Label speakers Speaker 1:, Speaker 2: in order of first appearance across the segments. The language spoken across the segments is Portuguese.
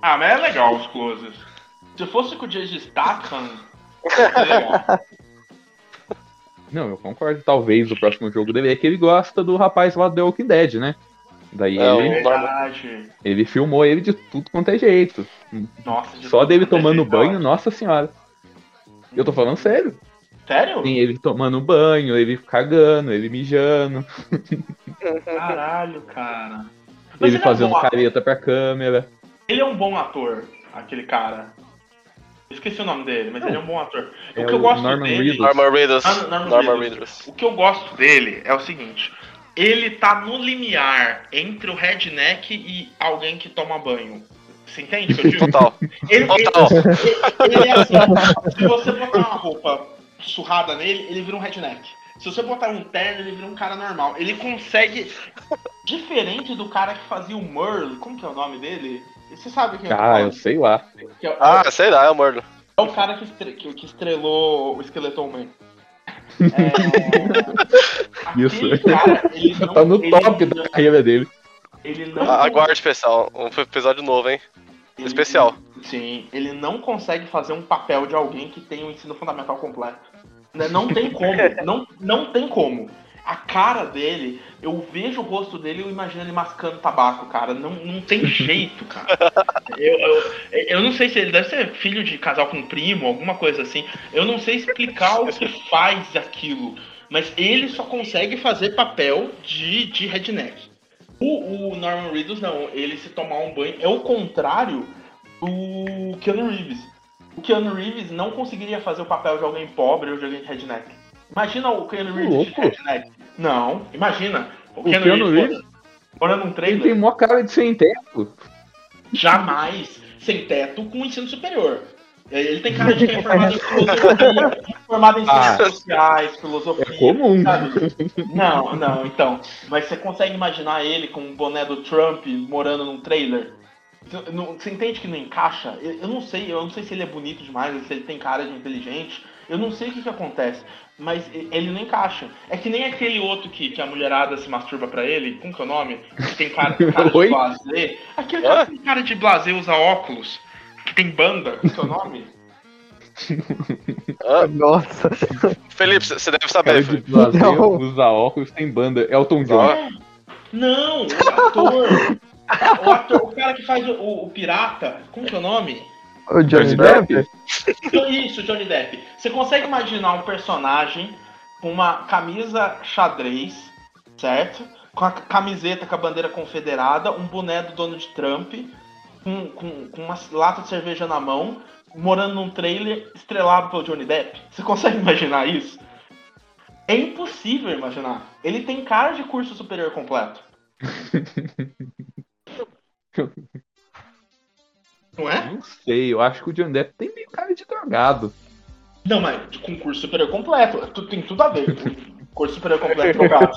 Speaker 1: Ah, mas é legal os closes. Se fosse com o Jason Statham, seria legal.
Speaker 2: Não, eu concordo. Talvez o próximo jogo dele é que ele gosta do rapaz lá do The Walking Dead, né? Daí
Speaker 3: É,
Speaker 2: ele,
Speaker 3: o-
Speaker 1: Verdade.
Speaker 2: ele filmou ele de tudo quanto é jeito.
Speaker 1: Nossa, de
Speaker 2: Só
Speaker 1: tudo
Speaker 2: dele
Speaker 1: quanto é
Speaker 2: tomando
Speaker 1: jeito,
Speaker 2: banho, nossa senhora. Eu tô falando sério.
Speaker 1: ó. Sério?
Speaker 2: Tem ele tomando banho, ele cagando, ele mijando,
Speaker 1: Caralho, cara. Mas
Speaker 2: ele
Speaker 1: é
Speaker 2: fazendo
Speaker 1: bom ator.
Speaker 2: careta pra câmera.
Speaker 1: Ele é um bom ator, aquele cara. Esqueci o nome dele, mas ele é um bom ator.
Speaker 2: É
Speaker 1: o que eu
Speaker 2: o
Speaker 1: gosto
Speaker 2: Norman
Speaker 1: dele.
Speaker 2: Reedus.
Speaker 3: Norman Reedus.
Speaker 1: Norman- Norman
Speaker 3: Norman
Speaker 1: Reedus.
Speaker 3: Reedus.
Speaker 1: O que eu gosto dele é o seguinte: ele tá no limiar entre o redneck e alguém que toma banho. Você entende o que eu digo?
Speaker 3: Total.
Speaker 1: Ele,
Speaker 3: Total.
Speaker 1: ele- ele é assim: se você botar uma roupa surrada nele, ele vira um redneck. Se você botar um terno, ele vira um cara normal. Ele consegue. Diferente do cara que fazia o Merle, como que é o nome dele? Você sabe quem é
Speaker 2: Ah,
Speaker 1: eu
Speaker 2: eu sei lá.
Speaker 1: que é,
Speaker 3: Ah, sei lá, é o Mordo.
Speaker 1: é o cara que, estre- que- que estrelou o Skeleton Man. É...
Speaker 2: Isso.
Speaker 1: aquele Cara, ele não,
Speaker 2: Tá no
Speaker 1: ele
Speaker 2: top
Speaker 1: não-
Speaker 2: da carreira dele.
Speaker 1: Ele não,
Speaker 3: Ah, Aguarde, pessoal. Um episódio novo, hein?
Speaker 1: ele-
Speaker 3: Especial.
Speaker 1: Sim, ele não consegue fazer um papel de alguém que tem o ensino fundamental completo. Né, Não tem como, não, não tem como. A cara dele, eu vejo o rosto dele e eu imagino ele mascando tabaco, cara. Não, não tem jeito, cara. Eu, eu, eu não sei se ele deve ser filho de casal com um primo, alguma coisa assim. Eu não sei explicar o que faz aquilo. Mas ele só consegue fazer papel de, de redneck. O, o Norman Reedus, não. Ele se tomar um banho é o contrário do Keanu Reeves. O Keanu Reeves não conseguiria fazer o papel de alguém pobre ou de alguém de redneck. Imagina o Keanu Reeves de
Speaker 2: louco.
Speaker 1: redneck. Não, imagina. O,
Speaker 2: Keanu
Speaker 1: morando num
Speaker 2: Ele
Speaker 1: trailer,
Speaker 2: tem mó cara de sem tempo.
Speaker 1: jamais sem teto com ensino superior. Ele tem cara de quem é formado em filosofia, formado em ciências
Speaker 2: Ah.
Speaker 1: sociais, filosofia.
Speaker 2: É comum.
Speaker 1: Sabe? Não, não, então. Mas você consegue imaginar ele com o boné do Trump morando num trailer? Tu- não- Você entende que não encaixa? Eu, eu não sei, eu não sei se ele é bonito demais, se ele tem cara de inteligente. Eu não sei o que, que acontece, mas e- ele não encaixa. É que nem aquele outro que, que a mulherada se masturba pra ele, como que é o nome? Que tem cara, cara de
Speaker 2: Oi?
Speaker 1: blazer. Aquele cara que tem cara de blazer usa óculos, que tem banda, como que é o nome?
Speaker 3: Ah,
Speaker 4: Nossa.
Speaker 3: Felipe, você deve
Speaker 2: Cara
Speaker 3: saber.
Speaker 2: de
Speaker 3: Felipe.
Speaker 2: blazer,
Speaker 4: Não.
Speaker 2: usa óculos, tem banda. Elton John.
Speaker 3: Ah,
Speaker 1: Não, o ator. o ator, o cara que faz o, o pirata, como que é o nome?
Speaker 4: O Johnny
Speaker 2: Johnny Depp?
Speaker 4: Depp?
Speaker 1: Então, Isso, Johnny Depp. Você consegue imaginar um personagem com uma camisa xadrez, certo? Com a camiseta com a bandeira confederada, um boné do dono de Trump, com, com- com uma lata de cerveja na mão, morando num trailer estrelado pelo Johnny Depp. Você consegue imaginar isso? É impossível imaginar. Ele tem cara de curso superior completo. Não é?
Speaker 2: Não sei, eu acho que o Johnny Depp tem meio cara de drogado.
Speaker 1: Não, mas de concurso superior completo. Tu- Tem tudo a ver. com Curso superior completo trocado.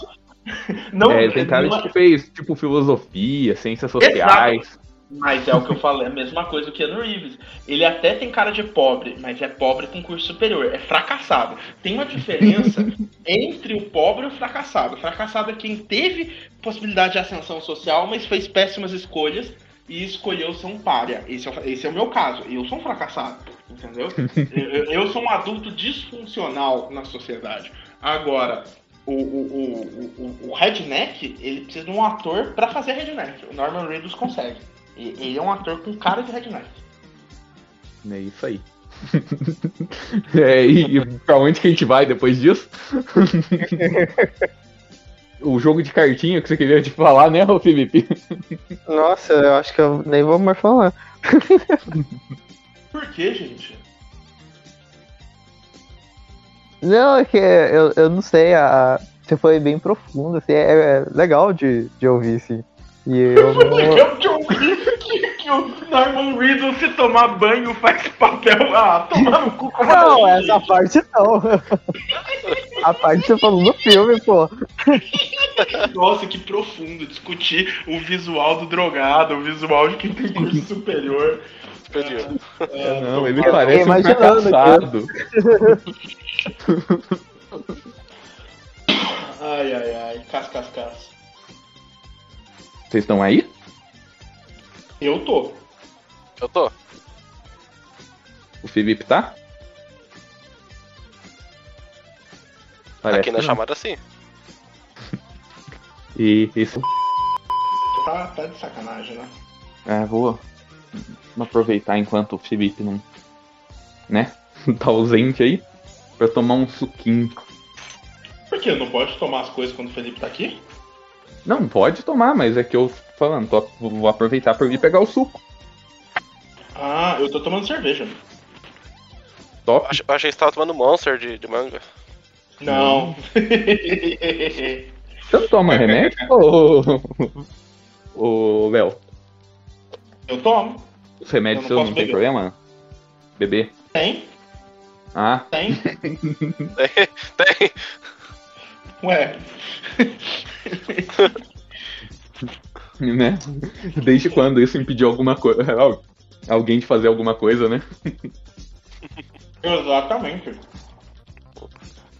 Speaker 1: Não,
Speaker 2: é, ele tem cara
Speaker 1: não é-
Speaker 2: de que fez, tipo, filosofia, ciências sociais.
Speaker 1: mas é o que eu falei, é a mesma coisa que Keanu Reeves. Ele até tem cara de pobre, mas é pobre com curso superior, é fracassado. Tem uma diferença entre o pobre e o fracassado. O fracassado é quem teve possibilidade de ascensão social, mas fez péssimas escolhas e escolheu ser um párea. Esse é, o- esse é o meu caso. Eu sou um fracassado, entendeu? Eu, eu- eu sou um adulto disfuncional na sociedade. Agora, o, o, o, o, o redneck, ele precisa de um ator pra fazer redneck. O Norman Reedus consegue. E- Ele é um ator com cara de redneck.
Speaker 2: É isso aí. é, e, e pra onde que a gente vai depois disso? o jogo de cartinha que você queria te falar, né, ô Felipe?
Speaker 4: Nossa, eu acho que eu nem vou mais falar.
Speaker 1: Por que, gente?
Speaker 4: Não, é que eu, eu não sei, a, a- você foi bem profundo, assim, é, é legal de, de ouvir, assim. E eu não.
Speaker 1: Legal de ouvir que, que o Norman Reedus se tomar banho faz papel. Ah, tomar no cu como
Speaker 4: Não,
Speaker 1: assim,
Speaker 4: essa parte não. A parte que você falou do filme, pô.
Speaker 1: gente? Nossa, que profundo discutir o visual do drogado, o visual de quem tem curso superior.
Speaker 3: superior.
Speaker 1: É,
Speaker 2: Não, ele
Speaker 4: eu
Speaker 2: parece um
Speaker 4: fiquei imaginando aqui.
Speaker 2: fracassado.
Speaker 1: Ai, ai, ai. Cas, cas, cas.
Speaker 2: Vocês estão aí?
Speaker 1: Eu tô.
Speaker 3: Eu tô.
Speaker 2: O Felipe tá? Parece
Speaker 3: Aqui na
Speaker 2: que não.
Speaker 3: chamada sim.
Speaker 2: E isso.
Speaker 1: Tá, tá de sacanagem, né?
Speaker 2: É, vou aproveitar enquanto o Felipe não. né? Tá ausente aí. Pra tomar um suquinho.
Speaker 1: Por quê? Não pode tomar as coisas quando o Felipe tá aqui?
Speaker 2: Não, pode tomar, mas é que eu tô falando, tô- vou aproveitar pra vir pegar o suco.
Speaker 1: Ah, eu tô tomando cerveja.
Speaker 2: Top.
Speaker 3: Ach- Eu achei que você tava tomando Monster de, de manga.
Speaker 1: Não.
Speaker 2: Hum. Você não toma remédio? ô, ô, ô, Léo,
Speaker 1: eu tomo.
Speaker 2: os remédios
Speaker 1: Eu não
Speaker 2: seus
Speaker 1: posso
Speaker 2: não tem
Speaker 1: beber.
Speaker 2: problema? Beber?
Speaker 1: Tem,
Speaker 2: Ah,
Speaker 1: tem.
Speaker 3: Tem.
Speaker 1: Ué,
Speaker 2: né? Desde quando isso impediu alguma coisa? Alguém de fazer alguma coisa, né?
Speaker 1: exatamente.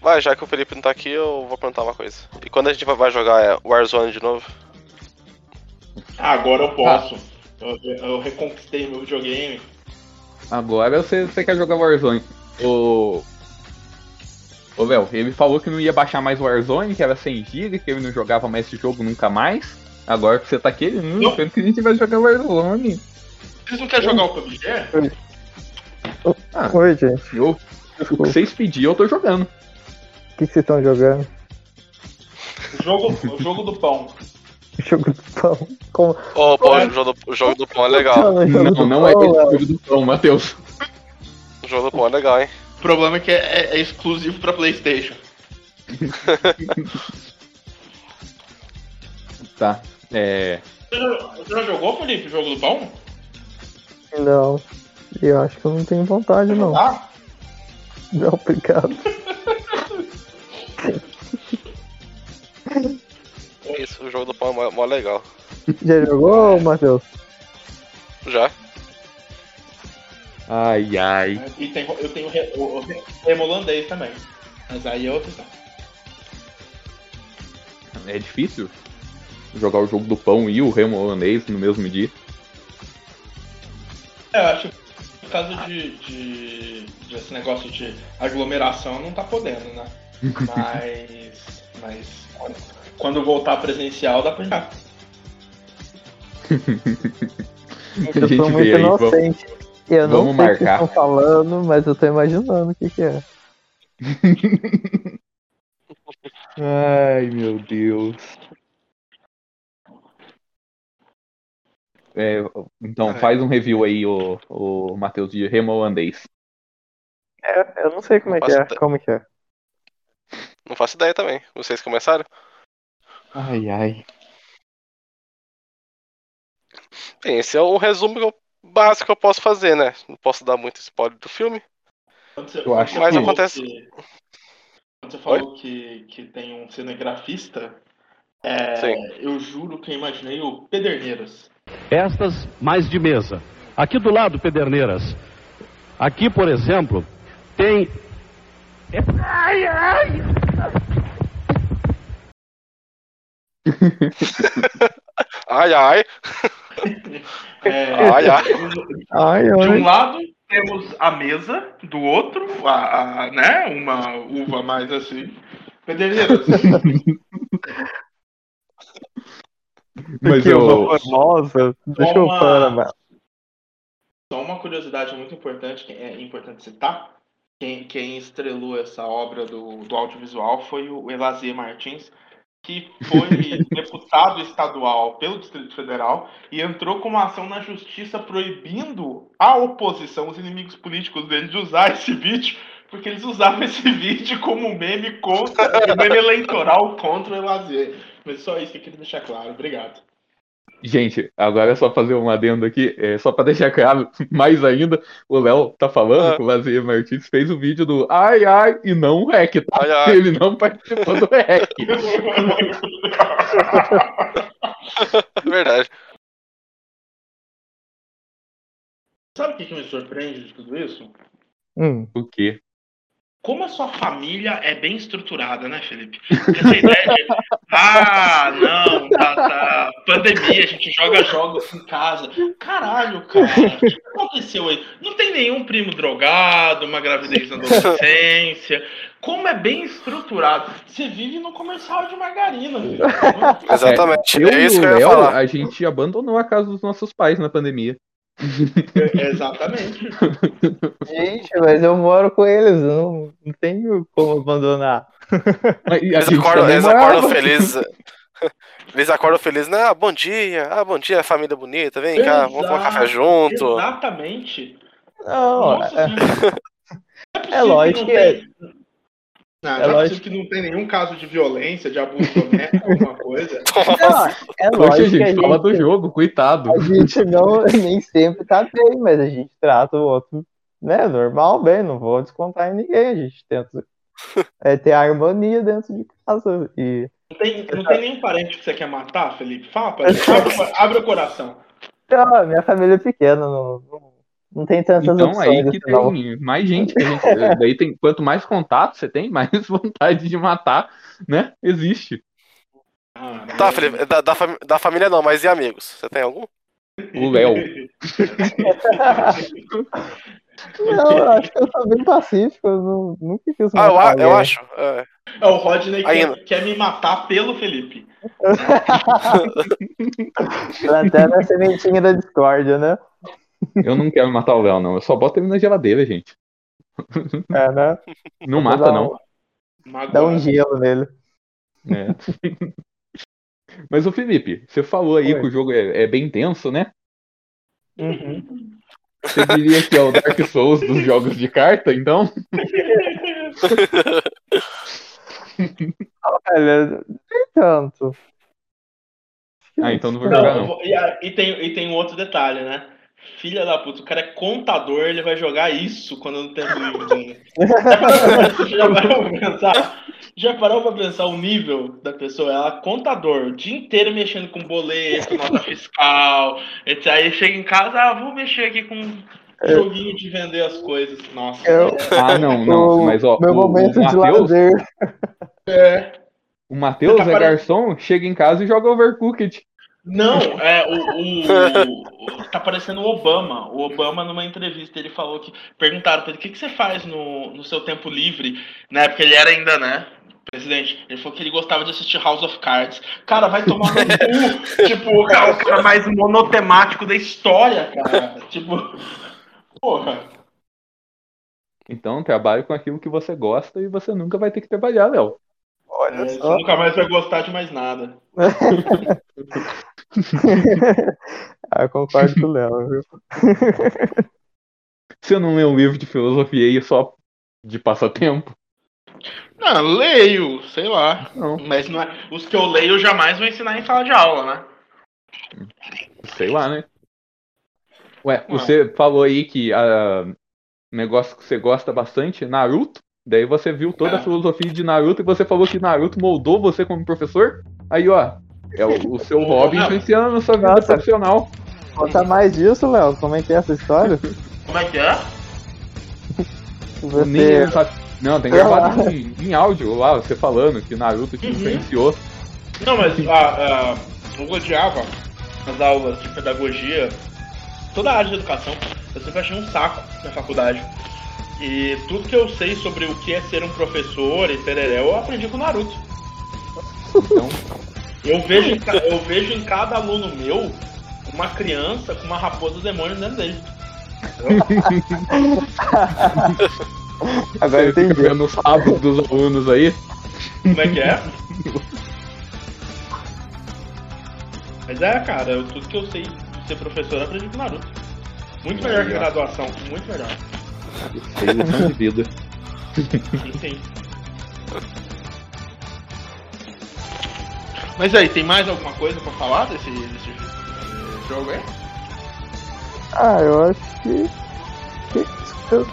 Speaker 3: Mas já que o Felipe não tá aqui, eu vou perguntar uma coisa. E quando a gente vai- vai jogar é, Warzone de novo?
Speaker 1: Ah, agora eu posso. Eu, eu reconquistei meu videogame.
Speaker 2: Agora você, você quer jogar Warzone. Ô. Ô, Léo, ele falou que não ia baixar mais Warzone, que era 100 GB, que ele não jogava mais esse jogo nunca mais. Agora que você tá aqui, ele, hum,
Speaker 1: Não.
Speaker 2: sendo que a gente vai jogar Warzone.
Speaker 1: Vocês não querem jogar o PUBG?
Speaker 2: Ah,
Speaker 4: Oi, gente.
Speaker 2: eu, o que vocês pediam, eu tô jogando.
Speaker 4: O que que vocês estão jogando?
Speaker 1: O jogo, o jogo do pão.
Speaker 4: Jogo do pão. Como...
Speaker 3: Ô, pô, o jogo do, o jogo do pão é legal.
Speaker 4: Não, jogo
Speaker 2: Não,
Speaker 4: do
Speaker 2: não é
Speaker 4: pão,
Speaker 2: esse
Speaker 4: Léo.
Speaker 2: jogo do pão, Matheus.
Speaker 3: O jogo do pão é legal, hein?
Speaker 1: O problema é que é, é exclusivo pra Playstation.
Speaker 2: Tá. É.
Speaker 1: Você já, você já jogou, Felipe, o jogo do pão?
Speaker 4: assim, Não. Eu acho que eu não tenho vontade, não.
Speaker 1: Ah,
Speaker 4: Não, obrigado.
Speaker 3: Isso, o jogo do pão é mó, mó legal.
Speaker 4: Já jogou, Matheus?
Speaker 3: Já?
Speaker 2: Ai, ai.
Speaker 1: e tem, eu tenho re, o, o re- remo holandês também. Mas aí é outra história.
Speaker 2: É difícil jogar o jogo do pão e o remo holandês no mesmo dia.
Speaker 1: É, eu acho que por causa de, de, desse negócio de aglomeração não tá podendo, né? Mas. mas quando- quando voltar presencial dá pra jogar.
Speaker 2: A
Speaker 4: Eu
Speaker 2: gente vê
Speaker 4: sou Então muito
Speaker 2: aí, vamos-
Speaker 4: inocente. Eu não
Speaker 2: vamos
Speaker 4: sei o que
Speaker 2: marcar.
Speaker 4: estão falando, mas eu tô imaginando o que, que é.
Speaker 2: Ai, meu Deus. É, então,
Speaker 3: Ai.
Speaker 2: faz um review aí, o, o Matheus, de Remo holandês.
Speaker 4: É, eu não sei como é que é.
Speaker 3: Bastante.
Speaker 4: Como que é?
Speaker 3: Não faço ideia também. Vocês começaram?
Speaker 2: Ai, ai.
Speaker 3: Bem, esse é o resumo que eu- básico que eu posso fazer, né? Não posso dar muito spoiler do filme.
Speaker 1: Quando você-
Speaker 2: Eu
Speaker 1: quando você
Speaker 2: acho que-
Speaker 1: falou
Speaker 3: acontece-
Speaker 1: que- Quando você falou que, que tem um cinegrafista, é,
Speaker 3: Sim.
Speaker 1: eu juro que eu imaginei o Pederneiras.
Speaker 5: Estas mais de mesa. Aqui do lado, Pederneiras. Aqui, por exemplo, tem. É- Ai, ai!
Speaker 3: Ai, ai,
Speaker 1: É,
Speaker 3: ai, ai.
Speaker 4: Ai,
Speaker 1: de um
Speaker 4: ai.
Speaker 1: lado temos a mesa, do outro, a, a- né, uma uva mais assim. Pederneiras.
Speaker 2: Mas
Speaker 4: que é
Speaker 2: eu.
Speaker 4: uma formosa. Deixa eu
Speaker 1: Uma-
Speaker 4: falar, mano.
Speaker 1: Só uma curiosidade muito importante, que é importante citar, quem, quem estrelou essa obra do, do audiovisual foi o Elazir Martins, que foi deputado estadual pelo Distrito Federal e entrou com uma ação na justiça proibindo a oposição, os inimigos políticos dele, de usar esse vídeo, porque eles usavam esse vídeo como um meme contra, um meme eleitoral contra o Elazir. Mas só isso que eu queria deixar claro. Obrigado.
Speaker 2: Gente, agora é só fazer um adendo aqui, é, só pra deixar claro, mais ainda, o Léo tá falando
Speaker 3: Ah.
Speaker 2: que o Lazier Martins fez o vídeo do ai, ai, e não o REC, tá?
Speaker 3: Ai, ai.
Speaker 2: Ele não participou do REC.
Speaker 3: é Verdade.
Speaker 1: Sabe o que que me surpreende de tudo isso?
Speaker 4: Hum,
Speaker 2: O quê?
Speaker 1: Como a sua família é bem estruturada, né, Felipe? Essa ideia de, ah, não, tá, tá, pandemia, a gente joga jogos em casa. Caralho, cara, o que aconteceu aí? Não tem nenhum primo drogado, uma gravidez na adolescência. Como é bem estruturado. Você vive no comercial de margarina, filho.
Speaker 3: Exatamente.
Speaker 2: Eu
Speaker 3: é
Speaker 2: e
Speaker 3: isso
Speaker 2: o
Speaker 3: que eu ia
Speaker 2: Léo,
Speaker 3: falar.
Speaker 2: a gente abandonou a casa dos nossos pais na pandemia.
Speaker 1: Exatamente.
Speaker 4: Gente, mas eu moro com eles, eu não, não tenho como abandonar.
Speaker 2: Mas- e a
Speaker 3: Eles
Speaker 2: gente
Speaker 3: acordam,
Speaker 2: também
Speaker 3: eles
Speaker 2: morava-
Speaker 3: acordam felizes. Eles acordam felizes, né? Ah, bom dia, ah, bom dia, família bonita, vem cá, vamos tomar um
Speaker 1: Exato,
Speaker 3: café junto.
Speaker 1: Exatamente.
Speaker 4: Não,
Speaker 1: Nossa,
Speaker 4: é,
Speaker 1: senhora. Não possível
Speaker 4: lógico
Speaker 1: não
Speaker 4: que é.
Speaker 1: tem- Não, não é
Speaker 4: É
Speaker 1: possível
Speaker 4: lógico.
Speaker 1: que não tem nenhum caso de violência, de abuso doméstico, alguma coisa.
Speaker 4: não, é
Speaker 2: Poxa,
Speaker 4: lógico
Speaker 2: gente,
Speaker 4: que a gente,
Speaker 2: fala do jogo, coitado.
Speaker 4: a gente não, nem sempre tá bem, mas a gente trata o outro, né, normal, bem, não vou descontar em ninguém, a gente tenta é, ter harmonia dentro de casa. E,
Speaker 1: Não tem, não tem nenhum parente que você quer matar, Felipe? Fala pra gente. Abre, o- abre o coração.
Speaker 4: então, a minha família é pequena, não, não, não tem tantas
Speaker 2: Então
Speaker 4: opções.
Speaker 2: aí que
Speaker 4: assim, não.
Speaker 2: tem mais gente que a gente. Daí tem, quanto mais contato você tem, mais vontade de matar, né? Existe.
Speaker 1: Ah,
Speaker 3: Tá,
Speaker 1: mas-
Speaker 3: Felipe, da, da fami- da família não, mas e amigos? Você tem algum?
Speaker 2: O Léo.
Speaker 4: Não, eu acho que eu sou bem pacífico, eu não, nunca quis
Speaker 3: Ah, eu, a-
Speaker 4: matar
Speaker 3: eu
Speaker 4: alguém.
Speaker 3: acho. é.
Speaker 1: É, o Rodney
Speaker 3: Ainda.
Speaker 1: quer, quer me matar pelo Felipe.
Speaker 4: Plantando a sementinha da discórdia, né?
Speaker 2: Eu não quero matar o Léo, não. Eu só boto ele na geladeira, gente.
Speaker 4: É, né?
Speaker 2: Não mata,
Speaker 4: Dá um-
Speaker 2: não.
Speaker 4: Dá
Speaker 1: Magoado.
Speaker 4: um gelo nele. um-
Speaker 2: É. Mas o Felipe, você falou aí
Speaker 4: Oi.
Speaker 2: que o jogo é, é bem tenso, né?
Speaker 4: Uhum.
Speaker 2: Você diria que é o Dark Souls dos jogos de carta, então?
Speaker 4: Olha, nem tanto.
Speaker 2: Ah, então não vou
Speaker 1: Não,
Speaker 2: jogar,
Speaker 1: eu
Speaker 2: não.
Speaker 1: vou- e, a- e tem, e tem um outro detalhe, né? Filha da puta, o cara é contador, ele vai jogar isso quando não tem livro. já parou pra pensar? Já parou pra pensar o nível da pessoa? Ela é contador, o dia inteiro mexendo com boleto, nota fiscal, etc. Aí chega em casa, ah, vou mexer aqui com um joguinho de vender as coisas. Nossa,
Speaker 4: Eu-
Speaker 2: Ah, não, não.
Speaker 4: O
Speaker 2: Mas ó,
Speaker 4: Meu
Speaker 2: o, o
Speaker 4: momento de
Speaker 2: Matheus,
Speaker 4: lazer.
Speaker 1: é.
Speaker 2: o Matheus
Speaker 1: Tá
Speaker 2: é
Speaker 1: parado.
Speaker 2: garçom, chega em casa e joga Overcooked.
Speaker 1: Não, é o, o- o- Tá parecendo o Obama. O Obama, numa entrevista, ele falou que. Perguntaram pra ele o que, que você faz no, no seu tempo livre, na época ele era ainda, né? Presidente, ele falou que ele gostava de assistir House of Cards. Cara, vai tomar no cu. tipo, o cara, o cara mais monotemático da história, cara. Tipo, porra.
Speaker 2: Então, trabalhe com aquilo que você gosta e você nunca vai ter que trabalhar, Léo.
Speaker 3: É
Speaker 4: Olha
Speaker 1: é, Você
Speaker 4: só.
Speaker 1: nunca mais vai gostar de mais nada.
Speaker 4: Ah, eu concordo com o Léo, viu?
Speaker 2: Você não lê um livro de filosofia e é só de passatempo?
Speaker 1: Não, leio, sei lá.
Speaker 2: Não.
Speaker 1: Mas não é, os que eu leio eu jamais vou ensinar em sala de aula, né?
Speaker 2: Sei lá, né? Ué,
Speaker 1: Ué.
Speaker 2: você falou aí que ah, um negócio que você gosta bastante, Naruto. Daí você viu toda a
Speaker 1: É.
Speaker 2: filosofia de Naruto e você falou que Naruto moldou você como professor. Aí, ó, é o, o seu hobby
Speaker 1: Não.
Speaker 2: influenciando na sua vida
Speaker 4: Nossa.
Speaker 2: profissional.
Speaker 4: Conta mais disso, Léo. Como é que é essa história?
Speaker 1: Como é que é?
Speaker 2: Nem
Speaker 4: Você...
Speaker 2: Tipo, sabe- Não, tem
Speaker 4: Sei lá.
Speaker 2: gravado em, em áudio lá, você falando que Naruto te
Speaker 1: Uhum.
Speaker 2: influenciou.
Speaker 1: Não, mas a, a, eu odiava as aulas de pedagogia, toda a área de educação. Eu sempre achei um saco na faculdade. E tudo que eu sei sobre o que é ser um professor e tereré, eu aprendi com o Naruto.
Speaker 2: Então,
Speaker 1: Eu vejo, em ca- eu vejo em cada aluno meu uma criança com uma raposa demônio dentro dele.
Speaker 4: Agora
Speaker 2: você fica
Speaker 4: entendi.
Speaker 2: vendo os rabos dos alunos aí.
Speaker 1: Como é que é? Mas é, cara, eu- tudo que eu sei de ser professor, eu aprendi com o Naruto. Muito melhor que
Speaker 2: Aí, ó.
Speaker 1: graduação, muito melhor.
Speaker 2: Tem lição de vida.
Speaker 1: Sim, sim. Mas aí, tem mais alguma coisa pra falar desse, desse jogo aí?
Speaker 4: Ah, eu acho que... que isso que eu-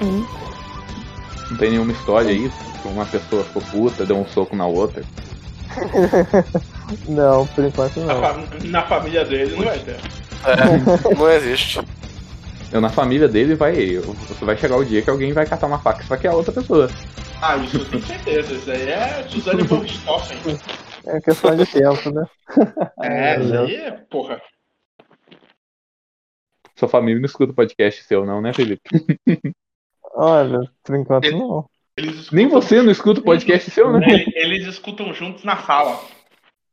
Speaker 2: Não tem nenhuma história aí. que Uma pessoa ficou puta, deu um soco na outra.
Speaker 4: Não, por enquanto
Speaker 1: Na,
Speaker 4: não.
Speaker 1: fa- na família dele não vai ter.
Speaker 3: É, não existe.
Speaker 2: Eu, na família dele vai. Você vai chegar o dia que alguém vai catar uma faca e esfaquear é outra pessoa.
Speaker 1: Ah, isso eu tenho certeza. Isso aí é Suzane von Richthofen.
Speaker 4: É questão de tempo, né?
Speaker 1: É, isso
Speaker 4: meu
Speaker 1: aí é, porra.
Speaker 2: Sua família não escuta podcast seu, não, né, Felipe?
Speaker 4: Olha, por enquanto não.
Speaker 1: Eles escutam-
Speaker 2: Nem você não escuta podcast seu, né?
Speaker 1: Né, Eles escutam juntos na sala.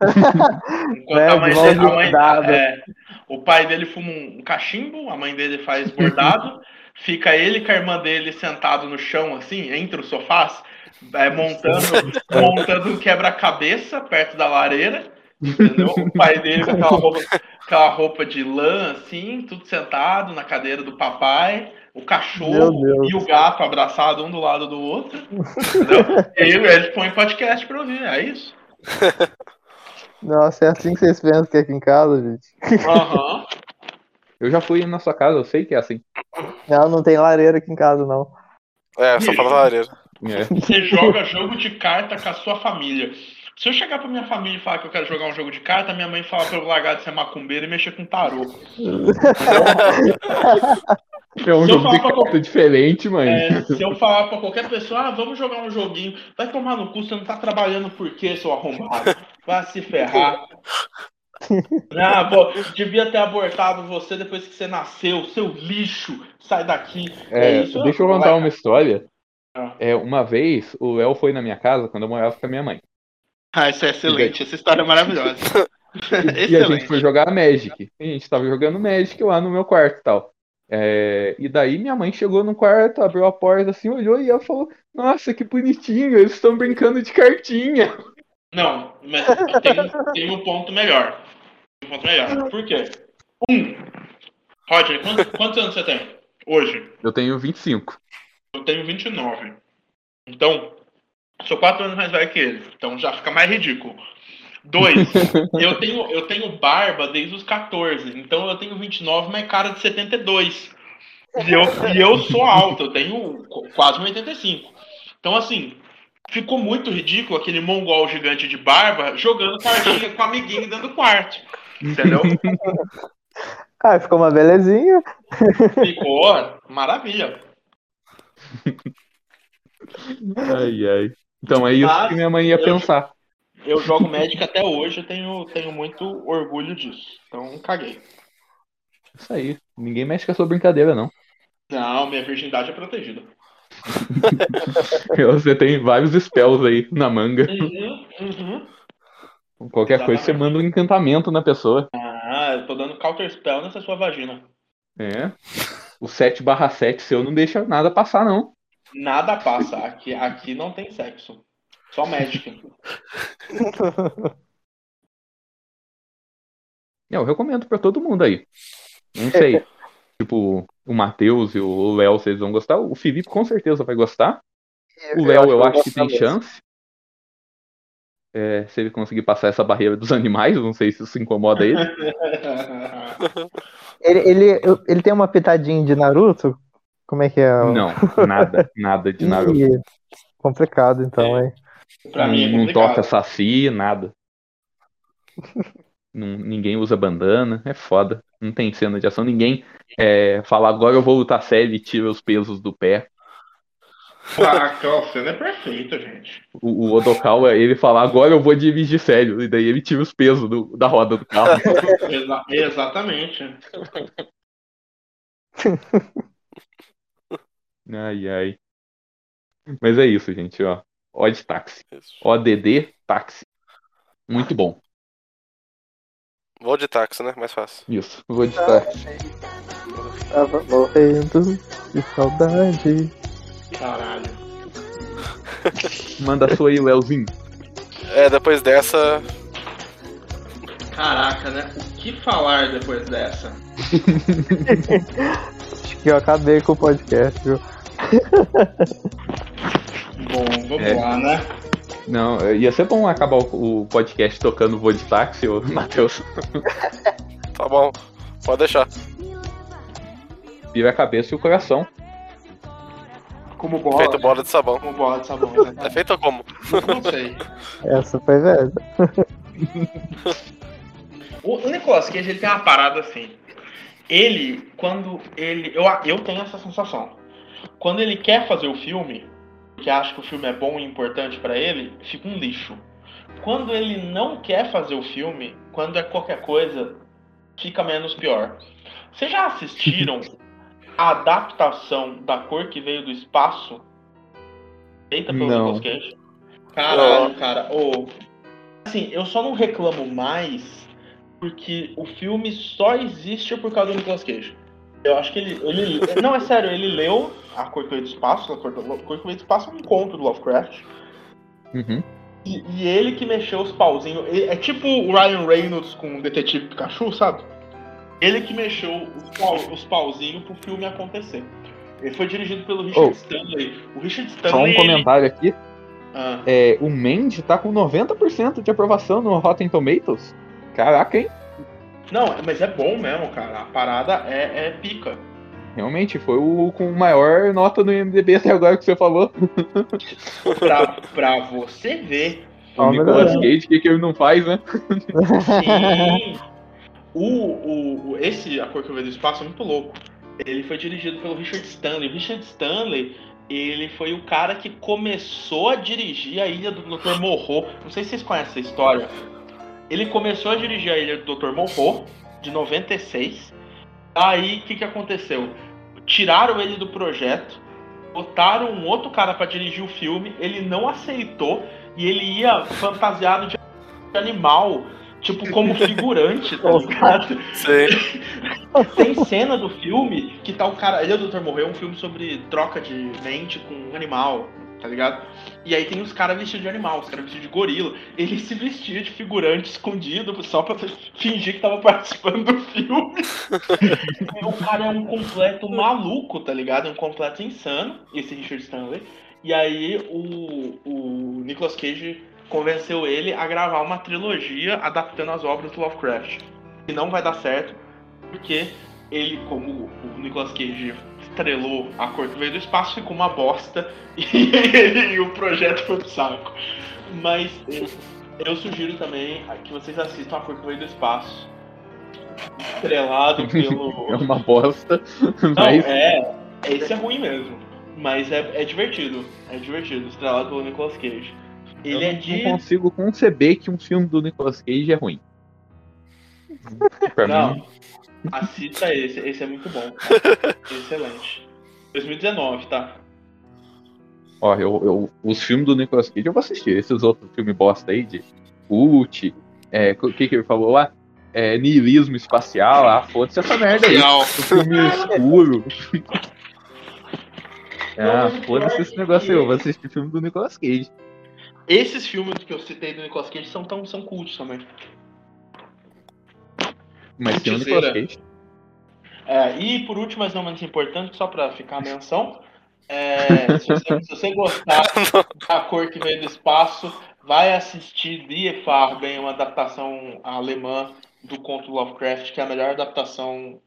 Speaker 1: Enquanto
Speaker 4: Né,
Speaker 1: a mãe
Speaker 4: de
Speaker 1: dele,
Speaker 4: mãos
Speaker 1: a mãe-
Speaker 4: dadas.
Speaker 1: é, o pai dele fuma um cachimbo, a mãe dele faz bordado, fica ele com a irmã dele sentado no chão, assim, entre os sofás, é, montando,
Speaker 4: É.
Speaker 1: montando um quebra-cabeça perto da lareira. Entendeu? O pai dele com aquela roupa, aquela roupa de lã, assim, tudo sentado na cadeira do papai, o
Speaker 4: Meu
Speaker 1: cachorro
Speaker 4: Deus.
Speaker 1: e o gato abraçado um do lado do outro. Entendeu? E aí ele põe podcast pra ouvir, é isso.
Speaker 4: Nossa, é assim que vocês pensam que é aqui em casa, gente.
Speaker 1: Aham.
Speaker 2: Eu já fui na sua casa, eu sei que é assim.
Speaker 4: Não, não tem lareira aqui em casa, não.
Speaker 3: É, só falta lareira.
Speaker 2: É.
Speaker 1: Você joga jogo de carta com a sua família. Se eu chegar pra minha família e falar que eu quero jogar um jogo de carta, minha mãe fala pra eu largar de ser macumbeiro e mexer com tarô.
Speaker 2: É um
Speaker 1: Se eu
Speaker 2: jogo de
Speaker 1: falar pra
Speaker 2: carta diferente, mano.
Speaker 1: É, se eu falar pra qualquer pessoa, ah, vamos jogar um joguinho, vai tomar no cu, você não tá trabalhando por quê, seu arrombado? Vai se ferrar. Ah, pô, devia ter abortado você depois que você nasceu, seu lixo, sai daqui.
Speaker 2: É,
Speaker 1: isso,
Speaker 2: deixa eu
Speaker 1: vai,
Speaker 2: contar
Speaker 1: cara.
Speaker 2: uma história.
Speaker 1: Ah.
Speaker 2: É, uma vez, o Léo foi na minha casa quando eu morava com a minha mãe.
Speaker 1: Ah, isso é excelente, essa história é maravilhosa.
Speaker 2: E a gente
Speaker 1: Excelente.
Speaker 2: foi jogar Magic. A gente tava jogando Magic lá no meu quarto e tal. É, e daí minha mãe chegou no quarto, abriu a porta assim, olhou e ela falou: Nossa, que bonitinho, eles estão brincando de cartinha.
Speaker 1: Não, mas tem, tem um ponto melhor. Tem um ponto melhor. Por quê? Um. Roger, quantos, quantos anos você tem? Hoje.
Speaker 2: Eu tenho 25.
Speaker 1: Eu tenho 29. Então, sou 4 anos mais velho que ele. Então já fica mais ridículo. Dois, eu tenho, eu tenho barba desde os 14. Então eu tenho 29, mas cara de 72. E eu, e eu sou alto, eu tenho qu- quase um 85. Então, assim, ficou muito ridículo aquele mongol gigante de barba jogando cartinha com o amiguinho dentro do quarto. Entendeu?
Speaker 4: Ah, ficou uma belezinha.
Speaker 1: Ficou maravilha.
Speaker 2: Ai, ai. Então é isso
Speaker 1: Mas
Speaker 2: que minha mãe ia
Speaker 1: eu-
Speaker 2: pensar.
Speaker 1: Eu jogo médico até hoje, eu tenho, tenho muito orgulho disso. Então, caguei.
Speaker 2: Isso aí. Ninguém mexe com a sua brincadeira, não.
Speaker 1: Não, minha virgindade é protegida.
Speaker 2: Você tem vários spells aí na manga.
Speaker 1: Uhum, uhum.
Speaker 2: Qualquer coisa você manda um encantamento na pessoa.
Speaker 1: Ah, eu tô dando counter spell nessa sua vagina.
Speaker 2: É. O 7/7 seu não deixa nada passar, não.
Speaker 1: Nada passa. Aqui, aqui não tem sexo. Só médico.
Speaker 2: É, Eu recomendo pra todo mundo aí. Não sei. tipo, o Matheus e o Léo, vocês vão gostar. O Felipe com certeza vai gostar. O Léo, É, eu acho que tem chance. É, se ele conseguir passar essa barreira dos animais, não sei se isso incomoda ele.
Speaker 4: Ele, ele, ele tem uma pitadinha de Naruto? Como é que é?
Speaker 2: Não, nada, nada de Naruto.
Speaker 4: Ih, complicado, então, hein?
Speaker 1: pra mim é
Speaker 2: não
Speaker 1: complicado.
Speaker 2: toca saci, nada. Não- ninguém usa bandana, é foda. Não tem cena de ação, ninguém é, fala agora eu vou lutar sério e tira os pesos do pé.
Speaker 1: Ah, Aquela cena é perfeita, gente.
Speaker 2: o, o Odokawa, ele fala, agora eu vou dirigir sério. E daí ele tira os pesos do- da roda do carro.
Speaker 1: Exa- exatamente.
Speaker 2: ai, ai. Mas é isso, gente, ó. Odd táxi.
Speaker 3: Isso.
Speaker 2: ODD táxi. Muito bom.
Speaker 3: Vou de táxi, né? Mais fácil.
Speaker 2: Isso. Vou de táxi.
Speaker 4: Tava morrendo de saudade.
Speaker 1: Caralho.
Speaker 2: Manda a sua aí, Leozinho.
Speaker 3: É, depois dessa.
Speaker 1: Caraca, né? O que falar depois dessa?
Speaker 4: Acho que eu acabei com o podcast, viu?
Speaker 1: Bom, vamos
Speaker 2: É.
Speaker 1: lá, né?
Speaker 2: Não, eh, ia ser bom acabar o, o podcast tocando Vou de táxi, ô Matheus.
Speaker 3: Tá bom. Pode deixar.
Speaker 2: Vira a cabeça e o coração.
Speaker 1: Como bola.
Speaker 3: Feito bola de sabão.
Speaker 1: Como bola de sabão. né,
Speaker 3: É feito como?
Speaker 1: Não sei.
Speaker 4: Essa foi velha.
Speaker 1: O, o Nicolas Cage ele tem uma parada assim. Ele, quando ele. Eu, eu tenho essa sensação. Quando ele quer fazer o filme, porque acha que o filme é bom e importante pra ele, fica um lixo. Quando ele não quer fazer o filme, quando é qualquer coisa, fica menos pior. Vocês já assistiram a adaptação da cor que veio do espaço? Feita pelo
Speaker 2: Não.
Speaker 1: Nicolas Cage? Caralho, cara. ô. Assim, eu só não reclamo mais porque o filme só existe por causa do Nicolas Cage. Eu acho que ele. ele não, é sério, ele leu A Cor que Veio do Espaço. A Cor, a Cor que Veio do Espaço é um conto do Lovecraft.
Speaker 2: Uhum.
Speaker 1: E, e ele que mexeu os pauzinhos. E- É tipo o Ryan Reynolds com o Detetive Pikachu, sabe? Ele que mexeu os, pau, os pauzinhos pro filme acontecer. Ele foi dirigido pelo Richard
Speaker 2: Oh.
Speaker 1: Stanley. O Richard Stanley.
Speaker 2: Só um
Speaker 1: ele-
Speaker 2: comentário aqui.
Speaker 1: Ah,
Speaker 2: É, o Mandy tá com 90% de aprovação no Rotten Tomatoes. Caraca, hein?
Speaker 1: Não, mas é bom mesmo, cara. A parada é, é pica.
Speaker 2: Realmente, foi o com maior nota no IMDB até agora que você falou.
Speaker 1: Pra, pra você ver
Speaker 2: O
Speaker 4: Ah,
Speaker 2: Nicolas
Speaker 4: melhorou.
Speaker 2: Cage, o que, que ele não faz, né?
Speaker 1: Sim. O, o, o- esse A Cor que Veio do Espaço é muito louco. Ele foi dirigido pelo Richard Stanley. O Richard Stanley, ele foi o cara que começou a dirigir a Ilha do Dr. Morro. Não sei se vocês conhecem essa história. Ele começou a dirigir a Ilha do Dr. Morro, de 96. Aí, o que, que aconteceu? Tiraram ele do projeto, botaram um outro cara pra dirigir o filme. Ele não aceitou e ele ia fantasiado de animal tipo, como figurante, tá ligado?
Speaker 3: Sim.
Speaker 1: Tem cena do filme que tá o cara. Ele é o Doutor Morreu, é um filme sobre troca de mente com um animal, tá ligado? E aí tem os caras vestidos de animal, os caras vestidos de gorila. Ele se vestia de figurante escondido só pra fingir que tava participando do filme. o cara é um completo maluco, tá ligado? É um completo insano, esse Richard Stanley. E aí o, o Nicolas Cage convenceu ele a gravar uma trilogia adaptando as obras do Lovecraft. E não vai dar certo, porque ele, como o Nicolas Cage estrelou a cor que veio do espaço, ficou uma bosta e, ele- e o projeto foi pro saco. Mas eu, eu sugiro também a- que vocês assistam a cor que veio do espaço. Estrelado pelo.
Speaker 2: É uma bosta.
Speaker 1: Não,
Speaker 2: Mas
Speaker 1: é. Esse é ruim mesmo. Mas é, é divertido. É divertido. Estrelado pelo Nicolas Cage.
Speaker 2: eu
Speaker 1: Ele é
Speaker 2: não
Speaker 1: de.
Speaker 2: consigo conceber que um filme do Nicolas Cage é ruim. pra mim,
Speaker 1: Não. Assista esse. Esse é muito bom. cara. Excelente. 2019, tá?
Speaker 2: ó, eu, eu- os filmes do Nicolas Cage eu vou assistir. Esses outros filmes bosta aí de Cult, é, o que que ele falou lá? É, niilismo espacial, ah, foda-se essa merda aí. um filme escuro. Ah, foda-se esse negócio aí, eu vou assistir filme do Nicolas Cage.
Speaker 1: Esses filmes que eu citei do Nicolas Cage são, tão, são cultos também.
Speaker 2: Mas tem o Nicolas
Speaker 1: Mentira.
Speaker 2: Cage.
Speaker 1: É, e por último, mas não menos importante, só pra ficar a menção. é, se, você, se você gostar da cor que veio do espaço, vai assistir Die Farben, uma adaptação alemã do conto Lovecraft, que é a melhor adaptação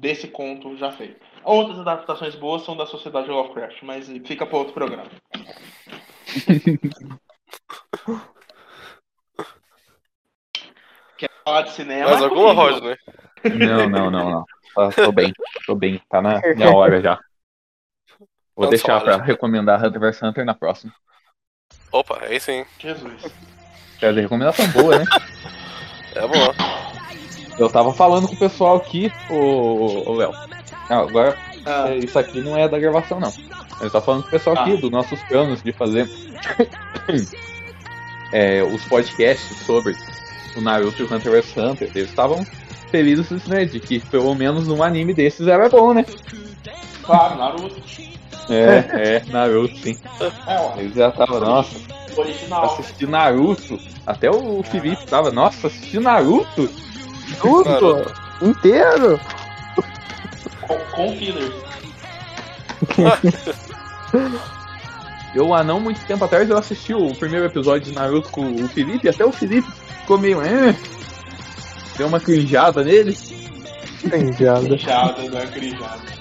Speaker 1: desse conto já feita. Outras adaptações boas são da Sociedade Lovecraft, mas fica para outro programa. Quer falar de cinema?
Speaker 3: Mais
Speaker 1: É
Speaker 3: alguma, né?
Speaker 1: comigo.
Speaker 3: Rodney?
Speaker 2: Não, não, não, não. Tá, tô bem, tô bem. Tá na minha hora já. Vou
Speaker 3: Então,
Speaker 2: deixar
Speaker 3: só
Speaker 2: pra
Speaker 3: hora.
Speaker 2: recomendar Hunter vs Hunter na próxima.
Speaker 3: Opa, aí sim.
Speaker 1: Jesus.
Speaker 2: Quer dizer, recomendação boa, né?
Speaker 3: É bom.
Speaker 2: Eu tava falando com o pessoal aqui, ô, ô, ô Léo. Não, agora
Speaker 1: Ah.
Speaker 2: é, isso aqui não é da gravação, não. Eu tava falando com o pessoal aqui
Speaker 1: Ah.
Speaker 2: dos nossos planos de fazer é, os podcasts sobre o Naruto e o Hunter vs Hunter. Eles estavam felizes, né, de que pelo menos um anime desses era bom, né?
Speaker 1: Claro, Naruto.
Speaker 2: É, é, Naruto, sim.
Speaker 1: É, ó,
Speaker 2: Eles já tava, nossa,
Speaker 1: original.
Speaker 2: assistir Naruto. Até o Felipe tava, nossa, assistir Naruto?
Speaker 4: Tudo! Inteiro!
Speaker 1: Com, com fillers.
Speaker 2: Eu, há não muito tempo atrás, eu assisti o primeiro episódio de Naruto com o Felipe, até o Felipe ficou meio. "Eh", deu uma crinjada nele.
Speaker 4: Entendi.
Speaker 1: Crinjada, não é crinjada.